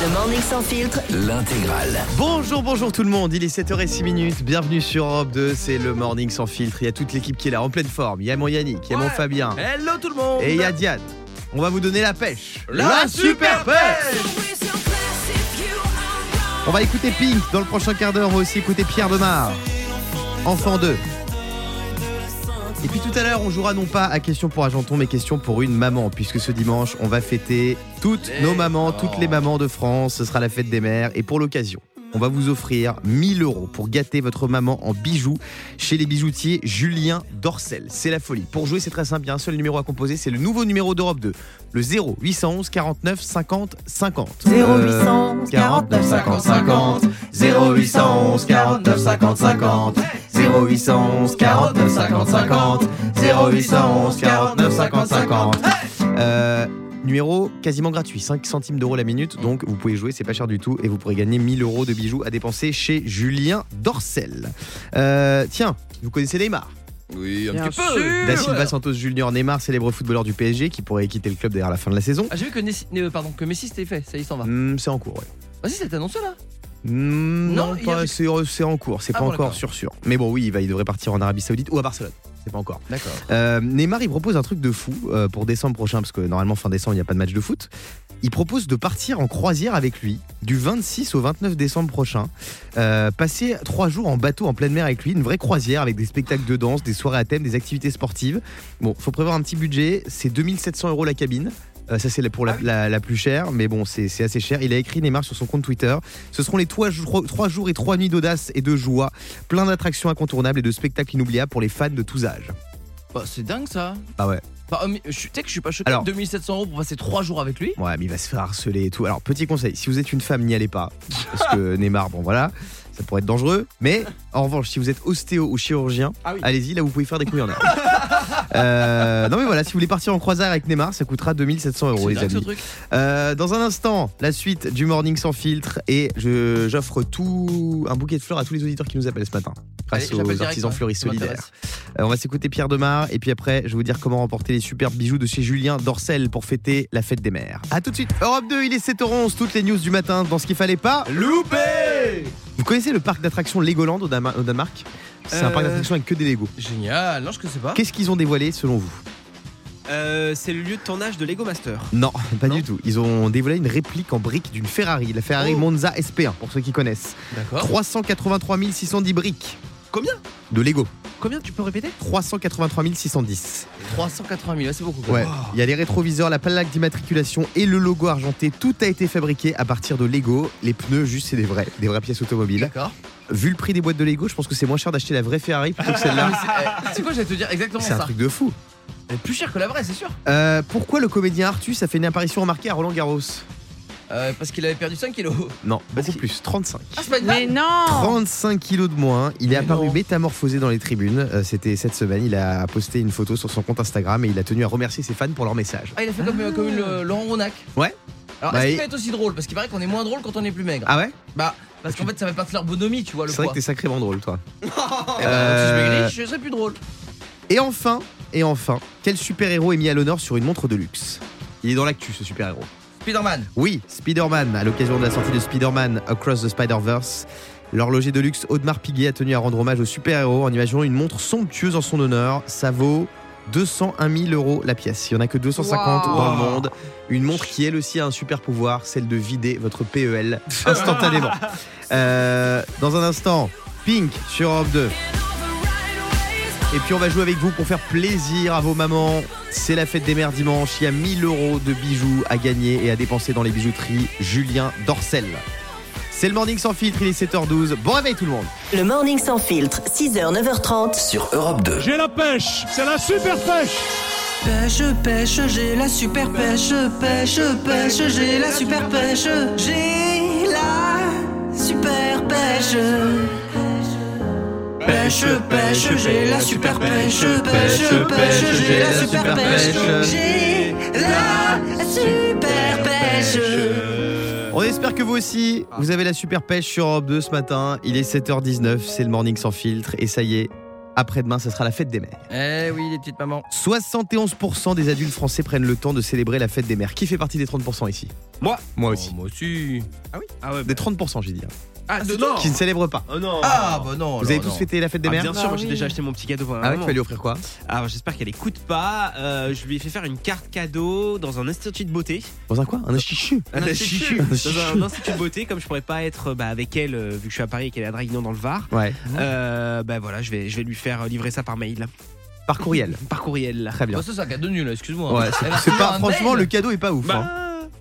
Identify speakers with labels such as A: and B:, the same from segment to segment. A: Le Morning Sans Filtre,
B: L'intégrale.
C: Bonjour, bonjour tout le monde, il est 7h06 minutes. bienvenue sur Europe 2, c'est le Morning Sans Filtre. Il y a toute l'équipe qui est là en pleine forme. Il y a mon Yannick, il y a mon Fabien,
D: Hello tout le monde
C: et il y a Diane. On va vous donner la pêche.
D: La super pêche
C: On va écouter Pink dans le prochain quart d'heure. On va aussi écouter Pierre Demar, Enfant 2. Et puis tout à l'heure, on jouera non pas à question pour un janton, mais question pour une maman, puisque ce dimanche, on va fêter toutes nos mamans, toutes les mamans de France. Ce sera la fête des mères. Et pour l'occasion, on va vous offrir 1000 euros pour gâter votre maman en bijoux chez les bijoutiers Julien Dorcel. C'est la folie. Pour jouer, c'est très simple. Il y a un seul numéro à composer, c'est le nouveau numéro d'Europe 2, le 0 811 49 50 50.
E: 0800 49 50 50 0811 49 50 50 0811 49 50 50 0811 49 50 50
D: Ah,
C: Euh, numéro quasiment gratuit, 5 centimes d'euros la minute. Donc vous pouvez jouer, c'est pas cher du tout. Et vous pourrez gagner 1000 euros de bijoux à dépenser chez Julien Dorcel. Euh, tiens, vous connaissez Neymar.
D: Oui, un
E: Bien
D: petit peu
C: Da Silva Santos Junior Neymar, célèbre footballeur du PSG qui pourrait quitter le club derrière la fin de la saison.
D: Ah, j'ai vu que, Nessi- euh, pardon, que Messi c'était fait, ça il s'en va.
C: Hmm, c'est en cours, ouais.
D: Vas-y, c'est annoncé là
C: Hmm,
D: Non,
C: non,
D: il y
C: pas-
D: avait-
C: c'est c'est en cours, c'est
D: Ah
C: pas
D: bon,
C: encore
D: d'accord.
C: sûr sûr. Mais bon, oui, il, va, il devrait partir en Arabie Saoudite ou à Barcelone. C'est pas encore.
D: D'accord.
C: Euh, Neymar, il propose un truc de fou euh, pour décembre prochain, parce que normalement, fin décembre, il n'y a pas de match de foot. Il propose de partir en croisière avec lui du 26 au 29 décembre prochain. Euh, passer trois jours en bateau en pleine mer avec lui, une vraie croisière avec des spectacles de danse, des soirées à thème, des activités sportives. Bon, faut prévoir un petit budget, c'est 2700 euros la cabine. Euh, ça, c'est la- pour la, la- la plus chère, mais bon, c'est c'est assez cher. Il a écrit Neymar sur son compte Twitter. Ce seront les trois, jours- trois jours et trois nuits d'audace et de joie, plein d'attractions incontournables et de spectacles inoubliables pour les fans de tous âges.
D: Bah, c'est dingue ça
C: Bah ouais.
D: Bah, euh, je- Tu sais que je suis pas choqué,
C: Alors.
D: 2700 euros pour passer 3 jours avec lui
C: Ouais, mais il va se faire harceler et tout. Alors, petit conseil, si vous êtes une femme, n'y allez pas. Parce que Neymar, bon voilà, ça pourrait être dangereux. Mais en revanche, si vous êtes ostéo ou chirurgien,
D: Ah oui.
C: allez-y, là vous pouvez faire des couilles en or. Euh, non mais voilà, si vous voulez partir en croisière avec Neymar, ça coûtera 2700 euros
D: C'est
C: les
D: dingue ce
C: amis.
D: truc
C: Euh, dans un instant, la suite du Morning sans filtre et je- j'offre tout un bouquet de fleurs à tous les auditeurs qui nous appellent ce matin.
D: Allez,
C: Grâce
D: j'appelle
C: aux
D: direct,
C: artisans
D: ouais,
C: fleuristes
D: ça
C: solidaires.
D: m'intéresse.
C: Euh, on va s'écouter Pierre Demar et puis après, je vais vous dire comment remporter les superbes bijoux de chez Julien Dorcel pour fêter la fête des mères. A tout de suite. Europe 2, il est 7h11, toutes les news du matin dans ce qu'il fallait pas.
D: Loupé
C: Vous connaissez le parc d'attractions Legoland au, Dama- au Danemark C'est un
F: Euh.
C: parc d'attractions avec que des Lego.
D: Génial, non je sais pas.
C: Qu'est-ce qu'ils ont dévoilé selon vous
F: Euh, c'est le lieu de tournage de Lego Master.
C: Non, pas
D: Non.
C: du tout. Ils ont dévoilé une réplique en briques d'une Ferrari, la Ferrari
D: Oh.
C: Monza SP1 pour ceux qui connaissent.
D: D'accord.
C: 383 610 briques.
D: Combien
C: De Lego.
D: Combien tu peux répéter
C: 383 610.
D: 380 000, ouais, c'est beaucoup. quoi. Oh,
C: Ouais. Il y a les rétroviseurs, la plaque d'immatriculation et le logo argenté. Tout a été fabriqué à partir de Lego. Les pneus, juste, c'est des vrais, des vraies pièces automobiles.
D: D'accord.
C: Vu le prix des boîtes de Lego, je pense que c'est moins cher d'acheter la vraie Ferrari plutôt que celle-là.
D: Ah, C'est quoi, j'allais te dire exactement
C: C'est un
D: ça
C: truc de fou.
D: Elle est plus chère que la vraie, c'est sûr
C: Euh, pourquoi le comédien Artus a fait une apparition remarquée à Roland Garros
D: Euh, Parce qu'il avait perdu 5 kilos.
C: Non,
D: Parce
C: beaucoup
D: qu'il-
C: plus, 35.
D: Ah, c'est pas une
E: Mais non
C: 35 kilos de moins. Il est
D: Mais
C: apparu
D: non.
C: métamorphosé dans les tribunes. Euh, C'était cette semaine. Il a posté une photo sur son compte Instagram et il a tenu à remercier ses fans pour leur message.
D: Ah, il a fait comme, comme le- Laurent Ronac.
C: Ouais.
D: Alors,
C: Bah,
D: est-ce
C: il-
D: qu'il va être aussi drôle Parce qu'il paraît qu'on est moins drôle quand on est plus maigre.
C: Ah ouais
D: Bah, parce qu'en fait, ça fait partie de leur bonhomie, tu vois, le
C: C'est vrai
D: poids.
C: que t'es sacrément drôle, toi.
D: Eh bah, donc, Si je
C: Euh,
D: maigris, je serais plus drôle.
C: Et enfin, et enfin, quel super-héros est mis à l'honneur sur une montre de luxe Il est dans l'actu ce super-héros.
D: Spider-Man.
C: Oui, Spider-Man, à l'occasion de la sortie de Spider-Man Across the Spider-Verse. L'horloger de luxe Audemars Piguet a tenu à rendre hommage au super-héros en imaginant une montre somptueuse en son honneur. Ça vaut 201 000 euros la pièce. Il n'y en a que 250
E: Wow.
C: dans le monde. Une montre qui, elle aussi, a un super-pouvoir, celle de vider votre PEL instantanément. Euh, dans un instant, Pink sur Europe 2. Et puis on va jouer avec vous pour faire plaisir à vos mamans. C'est la fête des mères dimanche. Il y a 1000 euros de bijoux à gagner et à dépenser dans les bijouteries Julien Dorcel. C'est le morning sans filtre, il est 7h12. Bon réveil tout le monde.
A: le Morning Sans Filtre, 6h, 9h30.
B: Sur Europe 2.
G: J'ai la pêche, c'est la super pêche.
H: Pêche, pêche, j'ai la super pêche, pêche, pêche, j'ai la super pêche, j'ai la super pêche. Pêche, pêche, j'ai la super pêche, pêche, pêche, j'ai la super pêche, j'ai la super pêche.
C: On espère que vous aussi, vous avez la super pêche sur Europe 2 ce matin. Il est 7h19, c'est le morning sans filtre. Et ça y est, Après-demain, ce sera la fête des mères.
D: Eh oui, les petites mamans.
C: 71% des adultes français prennent le temps de célébrer la fête des mères. Qui fait partie des 30% ici
F: Moi.
C: Moi aussi.
D: Oh, moi aussi.
F: Ah ouais.
C: Des 30%, j'ai dit. hein,
F: Ah, de- non.
C: Qui ne célèbrent pas.
F: Oh non.
D: Ah, bah
C: Vous
D: non. alors
C: avez tous
D: non.
C: fêté la fête des
F: Ah,
C: mères
F: bien sûr, moi j'ai
E: oui.
F: déjà acheté mon petit cadeau pour ma
C: Ah ouais, tu
F: maman.
C: vas lui offrir quoi
F: Alors j'espère qu'elle écoute pas. Euh, je lui ai fait faire une carte cadeau dans un institut de beauté.
C: Dans un quoi Un chichu.
F: Un institut,
C: Un
F: dans un
C: chichu.
F: institut de beauté, comme je pourrais pas être bah, avec elle euh, vu que je suis à Paris et qu'elle est à Draguignan dans le Var.
C: Ouais.
F: Euh, bah voilà, je vais, je vais lui faire livrer ça par mail,
C: Ah. Par courriel.
F: par courriel.
C: Très bien.
D: Bah, ça, c'est un cadeau nul, excuse-moi.
C: Ouais,
D: Elle a
C: c'est
D: reçu
C: pas,
D: un
C: franchement,
D: mail.
C: le cadeau est pas ouf. hein.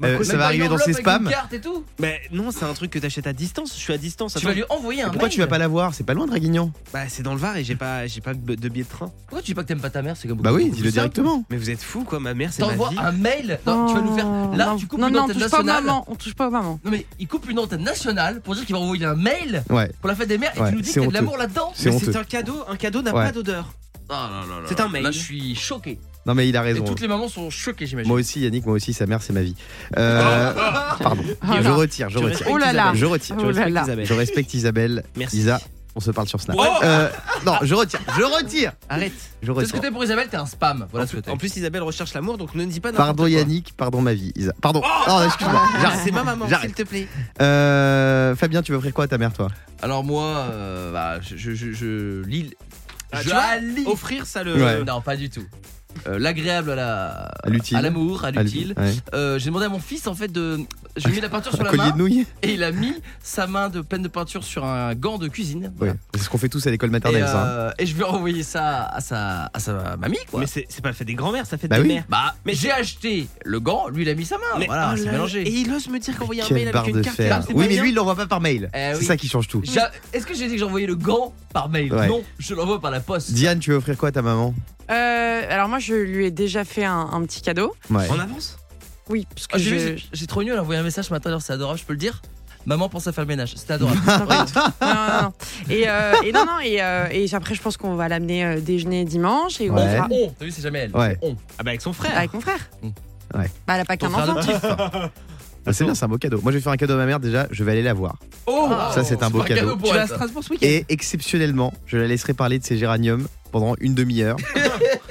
F: Bah,
C: Euh,
F: bah,
C: ça
D: Même
C: va
D: pas
C: arriver
D: une
C: dans ses
D: enveloppe avec une
C: spams.
D: carte et tout.
F: mais non, c'est un truc que t'achètes à distance. Je suis à distance.
D: Tu
F: attends.
D: vas lui envoyer un
C: Pourquoi
D: mail.
C: tu vas pas l'avoir C'est pas loin de Draguignan.
F: Bah c'est dans le Var et j'ai pas, j'ai pas de de billet de train.
D: Pourquoi tu dis pas que t'aimes pas ta mère C'est comme
C: Bah oui,
D: beaucoup
C: dis-le
D: plus simple.
C: directement.
F: Mais vous êtes fou quoi, ma mère c'est ma
D: T'envoies
F: vie.
C: ah.
D: un mail. Non, tu vas nous faire. Là,
E: Oh, Non,
D: tu coupes
E: non,
D: une
E: non, on
D: antenne
E: touche pas aux
D: nationale.
E: mamans, on touche pas aux mamans.
D: Non mais il coupe une antenne nationale pour dire qu'il va envoyer un mail
C: Ouais,
D: pour la fête des mères et
C: Ouais,
D: tu nous dis
C: c'est
D: qu'il y a de
C: honteux.
D: l'amour là-dedans.
C: c'est
F: Mais
C: honteux.
F: c'est un cadeau, un cadeau n'a
C: Ouais.
F: pas d'odeur.
D: Ah, non, non, non,
F: C'est
D: non.
F: un mail.
D: Là je suis choqué.
C: Non mais il a
D: Et
C: raison.
D: toutes les mamans sont choquées j'imagine.
C: Moi aussi, Yannick, moi aussi, sa mère, c'est ma vie. Euh, pardon.
E: Ah
C: Je
E: là.
C: retire, je
F: Tu
C: retire.
E: Oh là là.
C: Je retire.
E: Oh là là.
F: Isabelle.
C: Je respecte Isabelle.
F: Merci.
C: Isa, on se parle sur Snap.
F: Oh
C: Euh, non, je retire. Je retire.
F: Arrête.
C: Je
D: C'est ce que
C: retire.
D: t'es pour Isabelle, t'es un spam. Voilà
F: en,
D: ce que
F: plus,
D: t'es.
F: en plus, Isabelle recherche l'amour, donc ne dis pas. n'importe
C: Pardon
F: quoi.
C: Yannick, pardon ma vie, Isa. Pardon. Non, excuse-moi. J'arrête.
F: C'est ma maman, s'il
C: J'arrête.
F: te plaît.
C: Euh, Fabien, tu veux offrir quoi à ta mère, toi
D: Alors moi, euh, bah, je, je, je, je lis.
F: Ah,
D: je
F: tu vois,
D: la lis.
F: Offrir ça le.
C: Ouais.
D: Non, pas du tout. Euh, L'agréable à la-
C: À l'utile.
D: à l'amour, à l'utile.
C: Ouais.
D: Euh, J'ai demandé à mon fils en fait de. Je lui ai mis la peinture sur
C: Un
D: la
C: collier
D: main
C: de nouilles
D: et il a mis sa main de pleine de peinture sur un gant de cuisine. Voilà.
C: Ouais. C'est ce qu'on fait tous à l'école
D: Et,
C: maternelle, ça. hein.
D: euh, et je vais envoyer ça à sa, à sa mamie quoi.
F: Mais c'est c'est pas la fête des grands-mères, ça fait
C: Bah
F: des
C: oui.
F: mères.
D: Bah,
F: Mais-
D: j'ai acheté le gant, lui il a mis sa main.
F: Mais-
D: voilà,
F: oh
D: c'est
F: là là.
D: mélangé.
F: Et il ose me dire qu'envoyer un mail
C: Quelle
F: avec
C: barre
F: une
C: de
F: carte
C: fer.
F: cadeau, c'est
C: Oui,
F: pas
C: mais
F: bien.
C: lui, il l'envoie pas par mail.
D: Eh
C: C'est
D: oui.
C: ça qui change tout.
D: J'a- Est-ce que j'ai dit que j'envoyais le gant par mail
C: Ouais.
D: Non, je l'envoie par la poste.
C: Diane, tu veux offrir quoi à ta maman
E: Euh, alors moi, je lui ai déjà fait un, un petit cadeau.
C: Ouais. Ah,
F: On avance
E: Oui, parce que
D: Ah, j'ai
E: je...
D: vu, j'ai- j'ai trop nul, elle a envoyé un message ce matin, alors c'est adorable, je peux le dire. Maman pense à faire le ménage, c'était adorable.
E: T'inquiète. non, non, non. Et, euh, et non, non, et, euh, et après, je pense qu'on va l'amener euh, déjeuner dimanche et on
C: Ouais.
E: fera
D: On, on, t'as vu, c'est jamais elle.
C: Ouais.
D: On.
F: Ah bah avec son frère.
E: avec mon frère.
D: Mm.
C: Ouais.
E: Bah, elle a pas
D: Ton
E: qu'un
D: frère
E: enfant.
D: adoptif.
C: Ah, c'est bien, c'est un beau cadeau. Moi, je vais faire un cadeau à ma mère déjà. Je vais aller la voir.
D: Oh,
C: Ça, c'est un beau
D: pas
C: cadeau.
D: pour
F: Tu vas
D: elle,
F: à
D: ça.
F: Strasbourg ce week-end
C: Et exceptionnellement, je la laisserai parler de ses géraniums pendant une demi-heure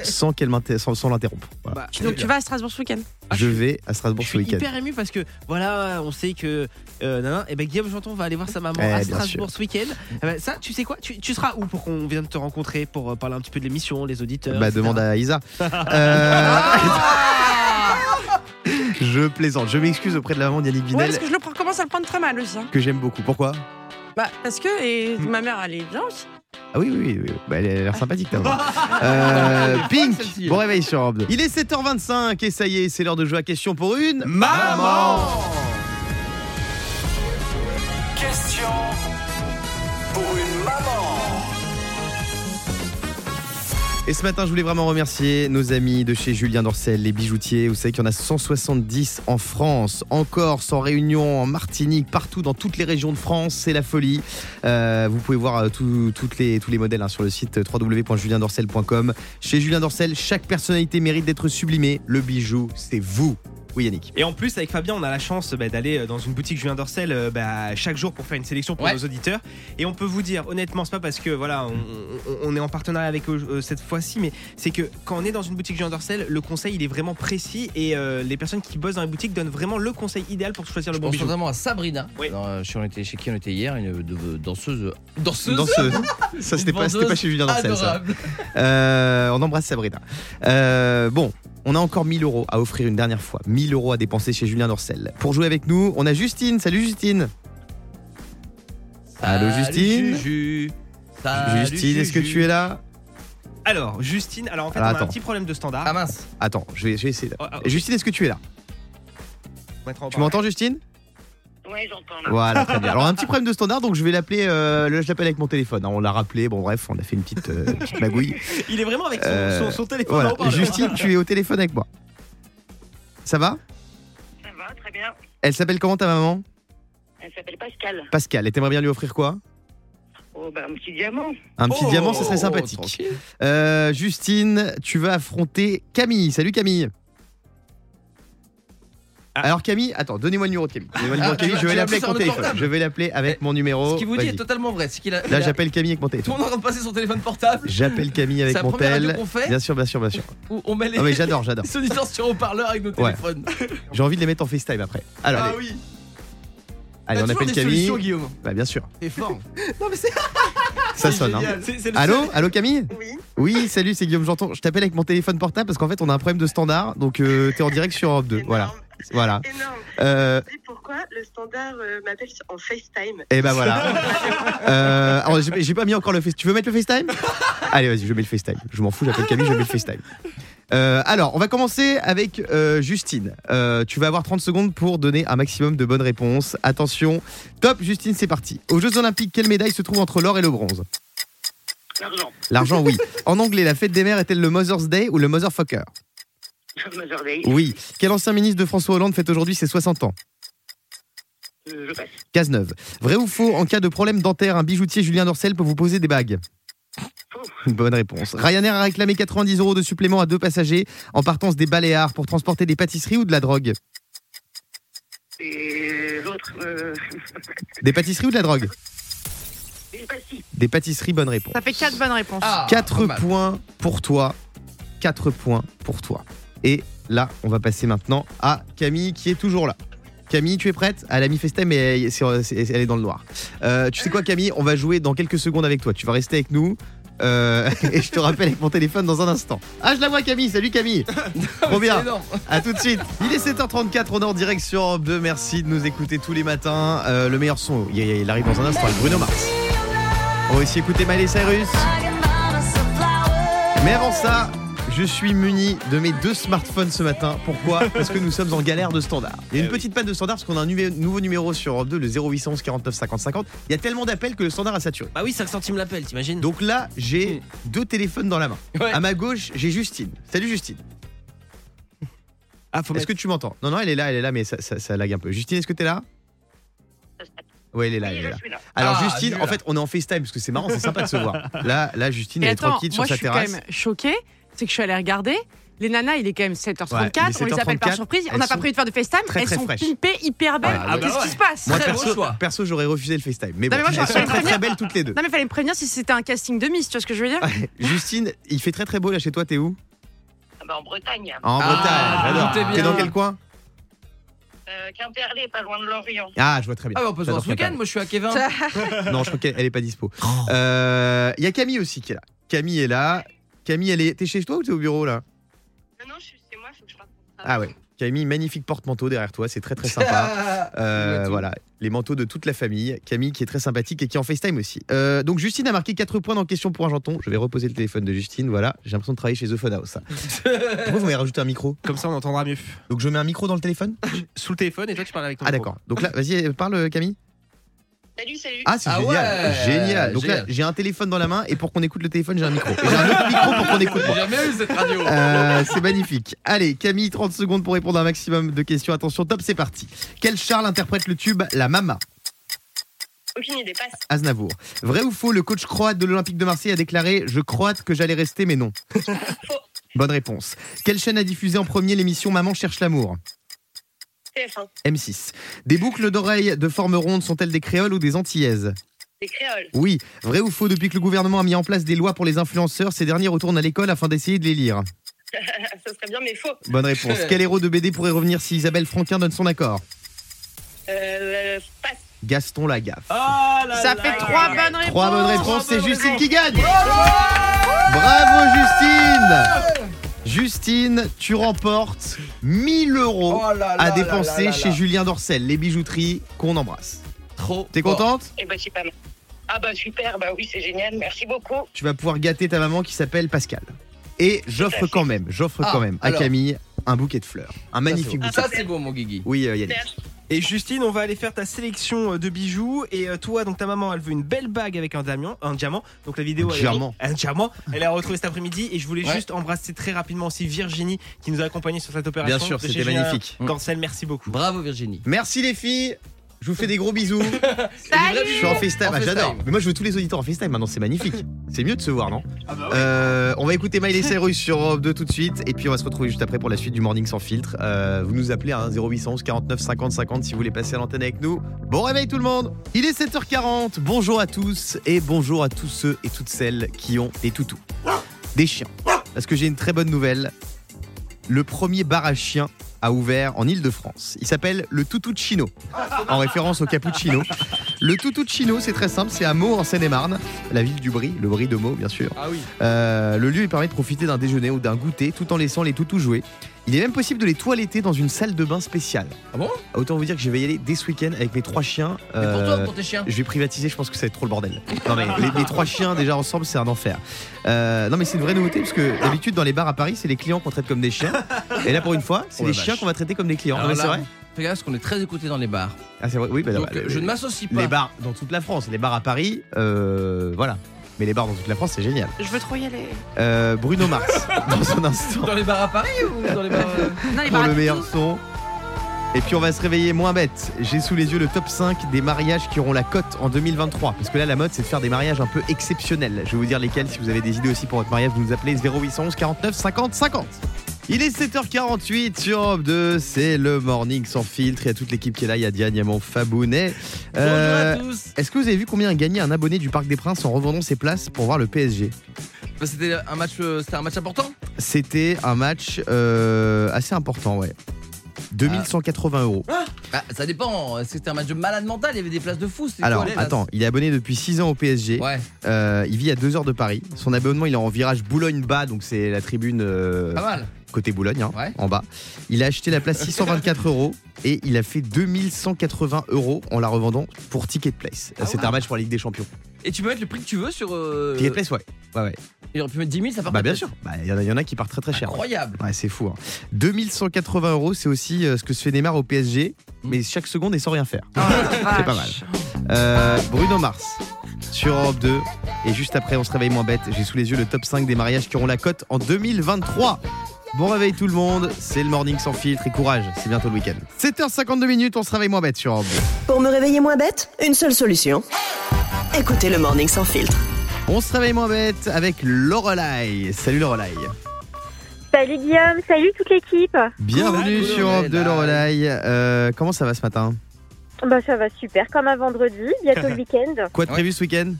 C: sans qu'elle m'inter- sans, sans l'interrompre. Voilà.
F: Bah,
E: Donc tu vas à Strasbourg ce week-end.
C: je vais à Strasbourg
F: Je
C: ce
F: suis
C: week-end.
F: hyper ému parce que voilà, on sait que euh, nanana, et ben Guillaume Janton va aller voir sa maman
C: Eh,
F: à
C: bien
F: Strasbourg ce week-end. Eh ben, ça, tu sais quoi tu, tu seras où pour qu'on vienne te rencontrer pour euh, parler un petit peu de l'émission, les auditeurs
C: Bah,
F: etc.
C: demande à Isa. Euh, je plaisante. Je m'excuse auprès de la maman de Yannick
E: Ouais,
C: Vinel
E: parce que je le prends- commence à le prendre très mal aussi. hein.
C: que j'aime beaucoup. Pourquoi
E: Bah, parce que et
C: Mmh.
E: ma mère, elle est bien aussi.
C: Ah oui, oui, oui, oui. Bah, elle a l'air sympathique, ta maman. Euh, Pink, bon réveil sur Orbe. Il est 7h25 et ça y est, c'est l'heure de jouer à question pour une.
F: Maman
H: Question pour une maman.
C: Et ce matin, je voulais vraiment remercier nos amis de chez Julien Dorcel, les bijoutiers. Vous savez qu'il y en a 170 en France, en Corse, en Réunion, en Martinique, partout dans toutes les régions de France. C'est la folie. Euh, vous pouvez voir euh, tout- toutes les, tous les modèles hein, sur le site www.juliendorcel.com. Chez Julien Dorcel, chaque personnalité mérite d'être sublimée. Le bijou, c'est vous. Oui, Yannick.
F: Et en plus, avec Fabien, on a la chance bah, d'aller dans une boutique Julien Dorcel euh, bah, chaque jour pour faire une sélection pour
D: Ouais.
F: nos auditeurs. Et on peut vous dire, honnêtement, c'est pas parce que voilà, on, on- on est en partenariat avec eux euh, cette fois-ci, mais c'est que quand on est dans une boutique Julien Dorcel, le conseil il est vraiment précis et euh, les personnes qui bossent dans les boutiques donnent vraiment le conseil idéal pour choisir le
D: Je
F: bon
D: pense
F: bijou.
D: notamment à Sabrina.
F: Oui.
D: Alors, euh, chez, on était, chez qui on était hier, une euh, de- danseuse. Danseuse,
C: ce... Ça, c'était pas, c'était pas chez Julien Dorcel, ça.
D: Adorable.
C: Euh, on embrasse Sabrina. Euh, bon, on a encore 1000 euros à offrir une dernière fois. 1000 euros à dépenser chez Julien Dorcel. Pour jouer avec nous, on a Justine. Salut Justine. Allô
D: Salut,
C: Justine.
D: Juju. Salut,
C: Justine, est-ce que
D: Juju.
C: tu es là
F: Alors, Justine, alors en fait,
C: Alors,
F: on a un
C: attends.
F: petit problème de standard.
D: Ah mince.
C: Attends, je vais, je vais essayer.
F: Oh, oh,
C: Justine, est-ce que tu es là
F: on mettra en
C: Tu m'entends Justine
B: Ouais, j'entends. là.
C: Voilà, très bien. Alors un petit problème de standard, donc je vais l'appeler. euh, le- je l'appelle avec mon téléphone. hein. on l'a rappelé. Bon bref, on a fait une petite, euh, petite magouille.
F: parler. Il est vraiment avec son,
C: Euh,
F: son- son téléphone. en
C: Voilà,
F: haut-parleur.
C: Justine, tu es au téléphone avec moi. Ça va
B: Ça va, très bien.
C: Elle s'appelle comment ta maman
B: Elle s'appelle Pascal.
C: Pascal. Et t'aimerais bien lui offrir quoi
B: Oh, bah, un petit diamant.
C: Un petit
F: Oh,
C: diamant, ce serait
F: oh,
C: sympathique. Euh, Justine, tu vas affronter Camille. Salut Camille. Alors Camille, attends, donnez-moi le numéro de Camille. Donnez-moi le numéro de
D: Ah,
C: Camille,
D: tu
C: je vais
D: vas- tu
C: l'appeler
D: vas
C: avec mon
D: sur notre
C: téléphone.
D: portable.
C: Je vais l'appeler avec mon numéro.
D: Ce qu'il vous dit
C: Oh, Vas-y.
D: est totalement vrai. C'est qu'il a. il
C: Là,
D: a-
C: j'appelle Camille avec mon
D: Tout le
C: téléphone.
D: monde est en train de passer son téléphone portable.
C: J'appelle Camille
D: C'est
C: avec
D: la
C: mon
D: première radio
C: tel.
D: qu'on fait.
C: Bien sûr, bien sûr, bien sûr.
D: Où on met les.
C: Non mais j'adore, j'adore.
D: les auditeurs sur haut-parleur avec nos
C: Ouais.
D: téléphones.
C: J'ai envie de les mettre en FaceTime après. Alors,
D: Ah
C: allez,
D: oui.
C: allez,
D: T'as
C: on
F: Bah,
D: toujours
C: appelle
D: des solutions,
C: Camille.
D: Guillaume.
C: Bah bien sûr.
D: T'es fort.
C: Ça sonne. hein.
F: C'est- c'est le
C: Allô, allô Camille
B: Oui.
C: Oui, salut, c'est Guillaume Janton. Je t'appelle avec mon téléphone portable parce qu'en fait, on a un problème de standard. Donc euh, t'es en direct sur Europe 2. Voilà, voilà.
B: Énorme.
C: Euh,
B: Et pourquoi le standard euh, m'appelle en FaceTime
C: Et ben voilà. Euh, alors, j'ai j'ai pas mis encore le FaceTime. Tu veux mettre le FaceTime Allez, vas-y, je mets le FaceTime. Je m'en fous, j'appelle Camille, je mets le FaceTime. Euh, alors, on va commencer avec euh, Justine. Euh, tu vas avoir 30 secondes pour donner un maximum de bonnes réponses. Attention, top, Justine, c'est parti. Aux Jeux Olympiques, quelle médaille se trouve entre l'or et le bronze
B: L'argent.
C: L'argent, oui. En anglais, la fête des mères est-elle le Mother's Day ou le Motherfucker
B: Mother Day.
C: Oui. Quel ancien ministre de François Hollande fête aujourd'hui ses 60 ans
B: Euh, Je passe.
C: Cazeneuve. Vrai ou faux, en cas de problème dentaire, un bijoutier Julien Dorcel peut vous poser des bagues
B: Faux.
C: Bonne réponse. Ryanair a réclamé 90 euros de supplément à deux passagers en partance des Baléares pour transporter des pâtisseries ou de la drogue
B: Et l'autre. Euh...
C: Des pâtisseries ou de la drogue
B: je passe si.
C: Des pâtisseries, bonne réponse.
E: Ça fait quatre bonnes réponses.
D: Ah,
C: 4
D: pas mal.
C: points pour toi. 4 points pour toi. Et là, on va passer maintenant à Camille qui est toujours là. Camille, tu es prête Elle a mis Festem mais elle c'est- c'est- elle est dans le noir. Euh, tu sais quoi, Camille On va jouer dans quelques secondes avec toi. Tu vas rester avec nous. Euh, et je te rappelle avec mon téléphone dans un instant. Ah, je la vois, Camille. Salut, Camille. Trop bien.
D: C'est énorme.
C: À tout de suite. Il est 7h34, on est en direct sur Europe 2. Merci de nous écouter tous les matins. Euh, le meilleur son, il, il arrive dans un instant avec Bruno Mars. On va aussi écouter Miley Cyrus. Mais avant ça, je suis muni de mes deux smartphones ce matin. Pourquoi Parce que nous sommes en galère de standard. Il y a une petite panne de standard parce qu'on a un nuvé- nouveau numéro sur Europe 2, le 0811 49 50 50. Il y a tellement d'appels que le standard a saturé.
F: Bah oui, 5 centimes l'appel, t'imagines
C: Donc là, j'ai deux téléphones dans la main.
F: Ouais.
C: À ma gauche, j'ai Justine. Salut Justine.
F: Ah, faut
C: Est-ce que tu m'entends Non, non, elle est là, elle est là, mais ça, ça, ça lague un peu. Justine, est-ce que t'es là Oui, elle est là,
B: Oui,
C: elle est
B: je
C: là.
B: suis là.
C: Alors,
D: Ah,
C: Justine,
D: nul.
C: en fait, on est en FaceTime parce que c'est marrant, c'est sympa de se voir. Là, là Justine,
E: Et
C: elle est
E: attends,
C: tranquille sur
E: moi je
C: sa
E: suis quand
C: terrasse.
E: même choquée, c'est que je suis allée regarder. Les nanas, il est quand même 7h34,
C: Ouais, il est
E: on les appelle
C: 7h34,
E: par surprise, on n'a
C: elles
E: pas
C: sont
E: prévu de faire de FaceTime,
C: très,
E: elles
C: très
E: sont
C: fraîches.
E: pimpées, hyper belles.
C: Ouais, ah bah
E: Qu'est-ce
D: ouais.
E: qui se passe
C: Moi,
D: Très bon
C: perso,
D: choix.
C: perso, j'aurais refusé le FaceTime. Mais bon,
E: Non, mais moi,
C: elles
E: j'aurais
C: sont très
E: préféré-
C: très belles toutes les deux. Ah,
E: Non mais fallait me prévenir si c'était un casting de Miss, tu vois ce que je veux dire
C: Justine, il fait très très beau là chez toi, t'es où
B: Ah bah, en Bretagne.
C: En
D: Ah,
C: Bretagne,
D: tout est
C: j'adore.
D: bien.
C: T'es dans quel coin
B: Euh, Quimperlé, pas loin de Lorient.
C: Ah, je vois très bien.
D: Ah, bah, on peut se voir
C: J'adore
D: ce week-end. Oh. Moi, je suis à Kevin.
C: Quimperlé. Non, je crois qu'elle elle est pas dispo. Euh, Il y a Camille aussi qui est là. Camille est là. Camille, elle est. T'es chez toi ou t'es au bureau là
B: Non, non, je suis chez moi, faut que je parte.
C: Ah ouais. Camille, magnifique porte-manteau derrière toi, c'est très très sympa. Euh,
D: tout.
C: voilà, les manteaux de toute la famille. Camille qui est très sympathique et qui est en FaceTime aussi. Euh, donc Justine a marqué 4 points dans question pour un janton. Je vais reposer le téléphone de Justine, voilà. J'ai l'impression de travailler chez The Fun House. ça. Pourquoi vous m'avez rajouté un micro
F: Comme ça, on entendra mieux.
C: Donc je mets un micro dans le téléphone
F: Sous le téléphone, et toi, tu parles avec ton
C: Ah
F: micro.
C: d'accord. Donc là, vas-y, parle Camille.
B: Salut, salut.
C: Ah c'est
D: Ah
C: génial.
D: ouais.
C: génial. Donc là,
D: Génial.
C: j'ai un téléphone dans la main et pour qu'on écoute le téléphone, j'ai un micro. Et j'ai un autre micro pour qu'on écoute
D: J'ai
C: moi.
D: jamais eu cette radio.
C: Euh, c'est magnifique. Allez, Camille, 30 secondes pour répondre à un maximum de questions. Attention, top, c'est parti. Quel Charles interprète le tube La Mama
B: Aucune idée, passe.
C: Aznavour. Vrai ou faux, le coach croate de l'Olympique de Marseille a déclaré Je croate que j'allais rester, mais non. Bonne réponse. Quelle chaîne a diffusé en premier l'émission Maman cherche l'amour
B: TF1.
C: M6. Des boucles d'oreilles de forme ronde sont-elles des créoles ou des antillaises
B: Les créoles.
C: Oui. Vrai ou faux, depuis que le gouvernement a mis en place des lois pour les influenceurs, ces derniers retournent à l'école afin d'essayer de les lire
B: Ah, ça serait bien, mais faux.
C: Bonne réponse. Quel héros de BD pourrait revenir si Isabelle Franquin donne son accord
B: Euh, passe.
C: Gaston Lagaffe.
E: Ça fait trois bonnes réponses
C: Trois bonnes réponses, c'est Justine qui gagne. Bravo Justine Justine, tu remportes 1000 euros
D: Oh là là
C: à
D: là là
C: dépenser
D: là
C: chez
D: là.
C: Julien Dorcel, les bijouteries qu'on embrasse.
D: Trop.
C: T'es
D: fort.
C: contente
B: Eh bah, je sais pas mal. Ah bah, super, bah oui, c'est génial, merci beaucoup.
C: Tu vas pouvoir gâter ta maman qui s'appelle Pascal. Et j'offre quand même, j'offre
D: Ah,
C: quand même à
D: alors.
C: Camille un bouquet de fleurs. Un magnifique
D: Ça,
C: bouquet.
D: c'est bon. Ça, c'est bon, mon Guigui.
C: Oui, euh, Yannick.
B: Merci.
F: Et Justine, on va aller faire ta sélection euh, de bijoux. Et euh, toi, donc ta maman, elle veut une belle bague avec un diamant. Un diamant. Donc la vidéo,
C: Un
F: elle
C: diamant.
F: Est... Un diamant. Elle a retrouvé cet après-midi. Et je voulais
D: Ouais.
F: juste embrasser très rapidement aussi Virginie qui nous a accompagnés sur cette opération.
C: Bien sûr,
F: de
C: c'était
F: chez Julien
C: magnifique.
F: Dorcel, merci beaucoup.
D: Bravo, Virginie.
C: Merci les filles Je vous fais des gros bisous.
E: Salut
C: Je suis en FaceTime,
D: En
C: ah, j'adore.
D: FaceTime.
C: Mais moi je veux tous les auditeurs en FaceTime maintenant, c'est magnifique. C'est mieux de se voir, non
D: Ah
F: bah
C: Euh, On va écouter Miley Cyrus sur Europe 2 tout de suite et puis on va se retrouver juste après pour la suite du Morning sans filtre. Euh, vous nous appelez à 0811 49 50 50 si vous voulez passer à l'antenne avec nous. Bon réveil tout le monde Il est 7h40, bonjour à tous et bonjour à tous ceux et toutes celles qui ont des toutous. Des chiens. Parce que j'ai une très bonne nouvelle. Le premier bar à chiens a ouvert en Ile-de-France. Il s'appelle le Toutou Chino, en référence au cappuccino. Le Toutou Chino, c'est très simple, c'est à Meaux en Seine-et-Marne, la ville du Brie, le Brie de Meaux bien sûr.
F: Ah oui.
C: Euh, le lieu permet de profiter d'un déjeuner ou d'un goûter tout en laissant les toutous jouer. Il est même possible de les toiletter dans une salle de bain spéciale.
D: Ah bon
C: Autant vous dire que je vais y aller dès ce week-end avec mes trois chiens.
D: Mais pour toi
C: euh,
D: ou pour tes chiens
C: je vais privatiser, je pense que ça va être trop le bordel. Non mais les, les trois chiens déjà ensemble, c'est un enfer. Euh, non mais c'est une vraie nouveauté parce
D: Ah.
C: que d'habitude dans les bars à Paris, c'est les clients qu'on traite comme des chiens. Et là pour une fois, c'est
D: Oh la
C: les chiens
D: vache.
C: qu'on va traiter comme des clients. Non,
D: Alors
C: mais c'est
D: là,
C: vrai
D: Fais gaffe parce qu'on est très écouté dans les bars.
C: Ah c'est vrai. Oui, bah,
D: Donc
C: bah, les-
D: je ne m'associe pas.
C: les bars dans toute la France, les bars à Paris, euh, voilà. Mais les bars dans toute la France, c'est génial.
E: Je veux trop y aller.
C: Euh, Bruno Mars dans un instant.
D: Dans les bars à Paris ou dans les bars. euh,
E: Non, les
C: pour
E: baraques
C: le
E: de
C: meilleur
E: tous.
C: son. Et puis on va se réveiller moins bête. J'ai sous les yeux le top 5 des mariages qui auront la cote en 2023. Parce que là, la mode, c'est de faire des mariages un peu exceptionnels. Je vais vous dire lesquels. Si vous avez des idées aussi pour votre mariage, vous nous appelez 0811 49 50 50. Il est 7h48 sur Europe 2. C'est le morning sans filtre. Il y a toute l'équipe qui est là. Il y a Diane, il y a mon Fabounet. Euh,
D: Bonjour à tous.
C: Est-ce que vous avez vu combien a gagné un abonné du Parc des Princes en revendant ses places pour voir le PSG
D: Bah, c'était un match, euh, c'était un match important.
C: C'était un match euh, assez important, ouais. 2180 euros.
D: Ah, ça dépend. Est-ce que c'était un match de malade mental Il y avait des places de fou. c'était
C: Alors,
D: quoi, les places
C: attends, il est abonné depuis 6 ans au PSG.
D: Ouais.
C: Euh, il vit à 2 heures de Paris. Son abonnement, il est en virage Boulogne-Bas, donc c'est la tribune euh,
D: Pas mal.
C: côté Boulogne, hein,
D: Ah Ouais.
C: en bas. Il a acheté la place 624 euros et il a fait 2180 euros en la revendant pour Ticket Place.
D: Ah
C: C'était
D: ouais. Euh,
C: un match pour la Ligue des Champions.
D: Et tu peux mettre le prix que tu veux sur. euh,
C: Ticket Place, ouais. ouais, ouais.
D: Il aurait pu mettre 10 000, ça part
C: Bah,
D: pas
C: bien
D: de
C: sûr.
D: tête.
C: Bah, Il y, en a- il y en a qui partent très très cher. ouais.
D: Incroyable.
C: Ouais, c'est fou. hein. 2180 euros, c'est aussi euh, ce que se fait Neymar au PSG, mais chaque seconde et sans rien faire. C'est
E: Ah,
C: pas mal. Euh, Bruno Mars sur Europe 2. Et juste après, on se réveille moins bête. J'ai sous les yeux le top 5 des mariages qui auront la cote en 2023. Bon réveil tout le monde, c'est le morning sans filtre et courage, c'est bientôt le week-end. 7h52 minutes, on se réveille moins bête sur Europe 2.
A: Pour me réveiller moins bête, une seule solution. Écoutez le Morning sans filtre.
C: On se réveille moins bête avec Lorelai. Salut Lorelai.
I: Salut Guillaume, salut toute l'équipe.
C: Bienvenue
D: Coucou,
C: sur Europe 2
D: Lorelai.
C: Lorelai. Euh, comment ça va ce matin
I: Bah ça va super, comme un vendredi, bientôt le week-end.
C: Quoi de
D: Ouais.
C: prévu ce week-end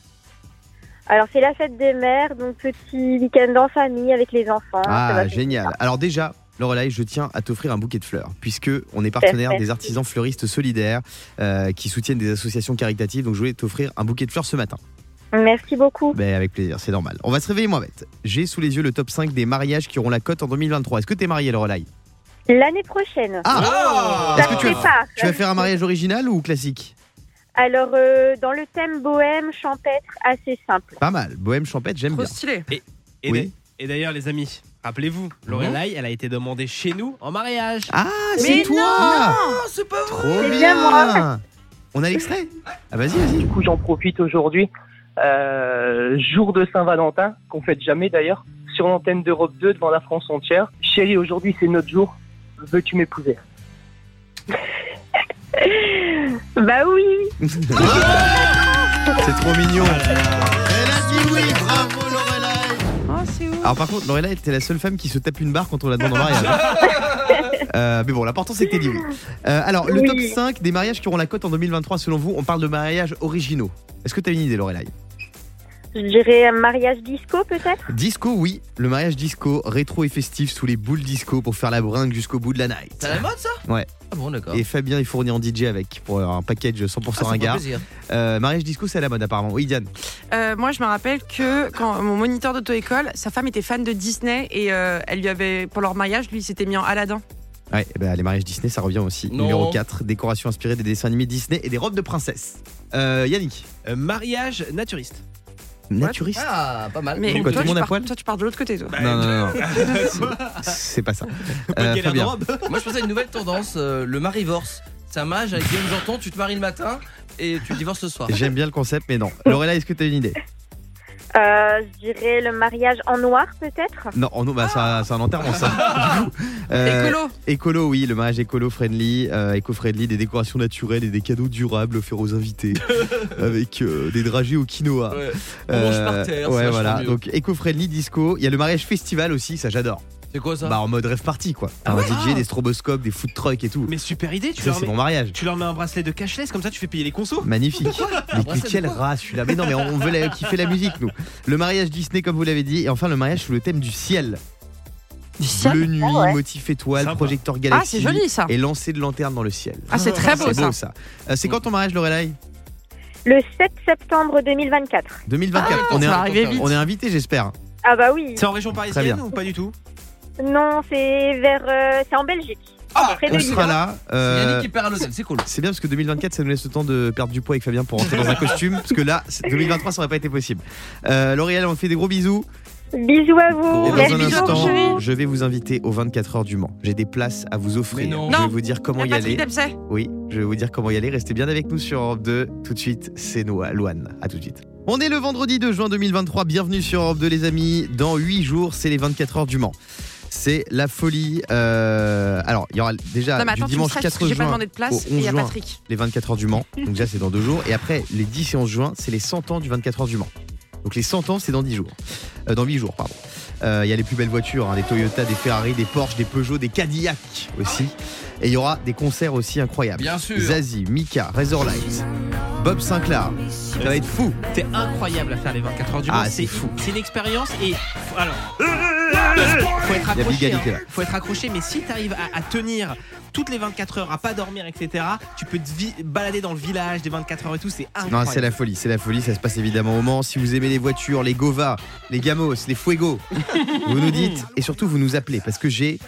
I: Alors c'est la fête des mères, donc petit week-end en famille avec les enfants. ça
C: Ah,
I: va
C: génial. Alors déjà, Lorelai, je tiens à t'offrir un bouquet de fleurs, puisque on est partenaire
I: Parfait.
C: des artisans fleuristes solidaires euh, qui soutiennent des associations caritatives. Donc je voulais t'offrir un bouquet de fleurs ce matin.
I: Merci beaucoup.
C: Ben, avec plaisir, c'est normal. On va se réveiller moins bête. J'ai sous les yeux le top 5 des mariages qui auront la cote en 2023. Est-ce que t'es mariée, Lorelai
I: L'année prochaine.
C: Ah
I: Ça
C: Est-ce que
I: se
C: tu vas,
I: prépare.
C: tu vas faire un mariage original ou classique
I: Alors euh, dans le thème bohème, champêtre, assez simple.
C: Pas mal. Bohème champêtre, j'aime
E: Trop
C: bien.
E: stylé.
C: Oui.
F: Et
C: Mhm.
F: d'a- et d'ailleurs, les amis, rappelez-vous, Lorelai, elle a été demandée chez nous en mariage.
C: Ah, c'est
E: Mais
C: toi
D: Ah, c'est pas vrai.
C: Trop
I: C'est bien
C: bien On a l'extrait Ah, vas-y, vas-y.
B: Du coup, j'en profite aujourd'hui, euh, jour de Saint-Valentin, qu'on fête jamais d'ailleurs, sur l'antenne d'Europe 2 devant la France entière. Chérie, aujourd'hui c'est notre jour. Veux-tu m'épouser
I: Bah oui.
C: C'est trop mignon.
D: Ah
C: Elle a dit oui, bravo Lorelai.
E: Oh, c'est ouf.
C: Alors par contre, Lorelai était la seule femme qui se tape une barre quand on la demande en mariage. hein. Euh, mais bon, l'important c'est que t'es dit oui. Euh, alors, le
I: Oui.
C: top 5 des mariages qui auront la cote en 2023, selon vous, on parle de mariages originaux. Est-ce que t'as une idée, Lorelai
I: Je dirais un mariage disco peut-être.
C: Disco, oui. Le mariage disco, rétro et festif sous les boules disco pour faire la bringue jusqu'au bout de la night.
D: T'as la mode ça
C: Ouais.
D: Ah bon, d'accord.
C: Et Fabien est fourni en DJ avec pour un package 100%
D: Ah, ça me fait
C: ringard.
D: plaisir.
C: Euh, mariage disco, c'est à la mode apparemment. Oui, Diane.
E: Euh, moi, je me rappelle que quand mon moniteur d'auto-école, sa femme était fan de Disney et euh, elle lui avait, pour leur mariage, lui, il s'était mis en Aladdin.
C: Ouais, eh ben, les mariages Disney, ça revient aussi.
D: Non.
C: Numéro 4, décoration inspirée des dessins animés Disney et des robes de princesse. Euh, Yannick,
F: Euh, mariage naturiste.
C: naturiste.
D: Ah, pas mal.
E: Mais
C: quoi, tout
E: toi,
C: le monde
E: tu
C: à
E: pars,
C: poil
E: toi, tu pars de l'autre côté, toi.
F: Bah,
C: Non, non, non, non.
F: Quoi
C: C'est- c'est pas ça.
F: Pas de
C: Euh,
F: galère de
C: Fabien.
F: robe.
D: Moi, je pensais à une nouvelle tendance, euh, le marivorce. C'est un mariage avec Guillaume Janton, tu te maries le matin et tu divorces le soir.
C: J'aime bien le concept, mais non. Lorella, est-ce que t'as une idée
I: Euh, je dirais le mariage en noir, peut-être.
C: Non, oh non, bah,
D: Ah.
C: ça- c'est un enterrement, ça. Euh,
E: Écolo.
C: écolo, oui, le mariage écolo-friendly, euh, éco-friendly, des décorations naturelles et des cadeaux durables offerts aux invités avec euh, des dragées au quinoa.
D: Ouais.
C: Euh,
D: On mange par terre,
C: ouais,
D: c'est
C: voilà.
D: vachement mieux.
C: Donc éco-friendly, disco. Il y a le mariage festival aussi, ça j'adore.
D: C'est quoi ça
C: Bah en mode rêve party quoi.
E: Ah
C: Un DJ, des stroboscopes, des food trucks et tout.
F: Mais super idée, tu
C: ça
F: leur,
C: c'est Mmh.
F: mets,
C: mon mariage.
F: tu leur mets un bracelet de cashless, comme ça tu fais payer les consos.
C: Magnifique. Mais
D: Après, c'est
C: quel
D: pourquoi
C: rat celui-là. Mais non, mais on veut la- kiffer la musique nous. Le mariage Disney comme vous l'avez dit et enfin le mariage sous le thème du ciel.
E: Du ciel
C: Bleu nuit,
I: Ah ouais.
C: motif étoile,
F: Sympa.
C: projecteur
E: Ah,
C: galaxie.
E: c'est joli ça.
C: Et lancer de lanterne dans le ciel.
E: Ah, c'est très beau
C: C'est
E: ça. Ah,
C: beau ça. Euh, c'est quand ton mariage Lorelai
I: Le 7 septembre 2024.
C: 2024.
E: Ah,
C: on, est
E: ça
C: un-
E: va arriver vite.
C: on est invité j'espère.
I: Ah bah oui.
F: C'est en région parisienne
C: bien.
F: ou pas du tout
I: Non, c'est vers, euh, c'est en Belgique. Près de
C: On
I: Lille.
C: Ah, sera là.
D: C'est
C: euh,
D: Yannick qui perd à l'hôtel, c'est cool.
C: C'est bien parce que 2024, ça nous laisse le temps de perdre du poids avec Fabien pour rentrer dans un costume. Parce que là, c'est- 2023, ça aurait pas été possible. Euh, L'Oréal, on te fait des gros bisous.
I: Bisous à vous.
C: Et dans
I: Merci
C: un
E: bisous,
C: instant,
E: chérie.
C: je vais vous inviter aux 24 heures du Mans. J'ai des places à vous offrir.
D: Mais non.
C: Je vais
E: Non.
C: vous dire comment
E: Il
C: y
E: y a
C: aller.
E: Patrick Dempsey.
C: Oui, je vais vous dire comment y aller. Restez bien avec nous sur Europe 2. Tout de suite, c'est Noah Loane. À tout de suite. On est le vendredi 2 juin 2023. Bienvenue sur Europe 2, les amis. Dans 8 jours, c'est les 24 heures du Mans. C'est la folie. Euh, Alors, il y aura déjà
E: Non, mais attends,
C: du
E: tu me
C: dimanche
E: stresses
C: 4
E: parce que j'ai pas
C: juin
E: demandé de place
C: au
E: et il y
C: 11
E: a
C: juin.
E: Patrick.
C: les 24 heures du Mans. Donc déjà c'est dans deux jours. Et après les 10 et 11 juin, c'est les 100 ans du 24 heures du Mans. Donc les 100 ans, c'est dans 10 jours. Euh, dans 8 jours, pardon. Euh, Il y a les plus belles voitures, hein, des Toyota, des Ferrari, des Porsche, des Peugeot, des Cadillac aussi. Et il y aura des concerts aussi incroyables.
D: Bien sûr.
C: Zazie, Mika, Razorlight, Bob Sinclair. Ça va être fou.
F: C'est incroyable à faire les 24 heures du
C: Ah,
F: Mans,
C: c'est fou.
F: C'est une expérience et alors faut être
C: Il y a
F: accroché.
C: Bigalité,
F: hein.
C: là.
F: Faut être accroché, mais si t'arrives à, à tenir toutes les 24 heures, à pas dormir, etc. Tu peux te vi- balader dans le village des 24 heures et tout. C'est
C: Non,
F: incroyable.
C: c'est la folie, c'est la folie, ça se passe évidemment au Mans. Si vous aimez les voitures, les Gova, les Gamos, les Fuego, vous nous dites et surtout vous nous appelez parce que j'ai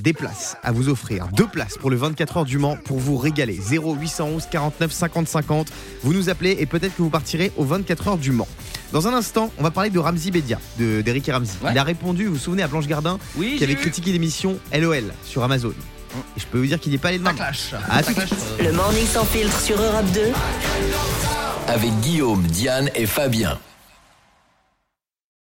C: des places à vous offrir, deux places pour le 24 heures du Mans pour vous régaler. 0811 49 50 50. Vous nous appelez et peut-être que vous partirez aux 24 heures du Mans. Dans un instant, on va parler de Ramzi Bedia, de- d'Eric et Ramzi.
D: Ouais.
C: Il a répondu, vous vous souvenez, à Blanche Gardin
D: Oui,
C: qui
D: j'ai
C: avait
D: vu. Mm.
C: critiqué l'émission LOL sur Amazon. Et je peux vous dire qu'il n'est pas allé de
D: Ça
C: main.
D: clash.
C: Ah,
D: Ça
C: tout-
D: clash. euh,
A: Le morning sans filtre sur Europe 2.
J: Avec Guillaume, Diane et Fabien.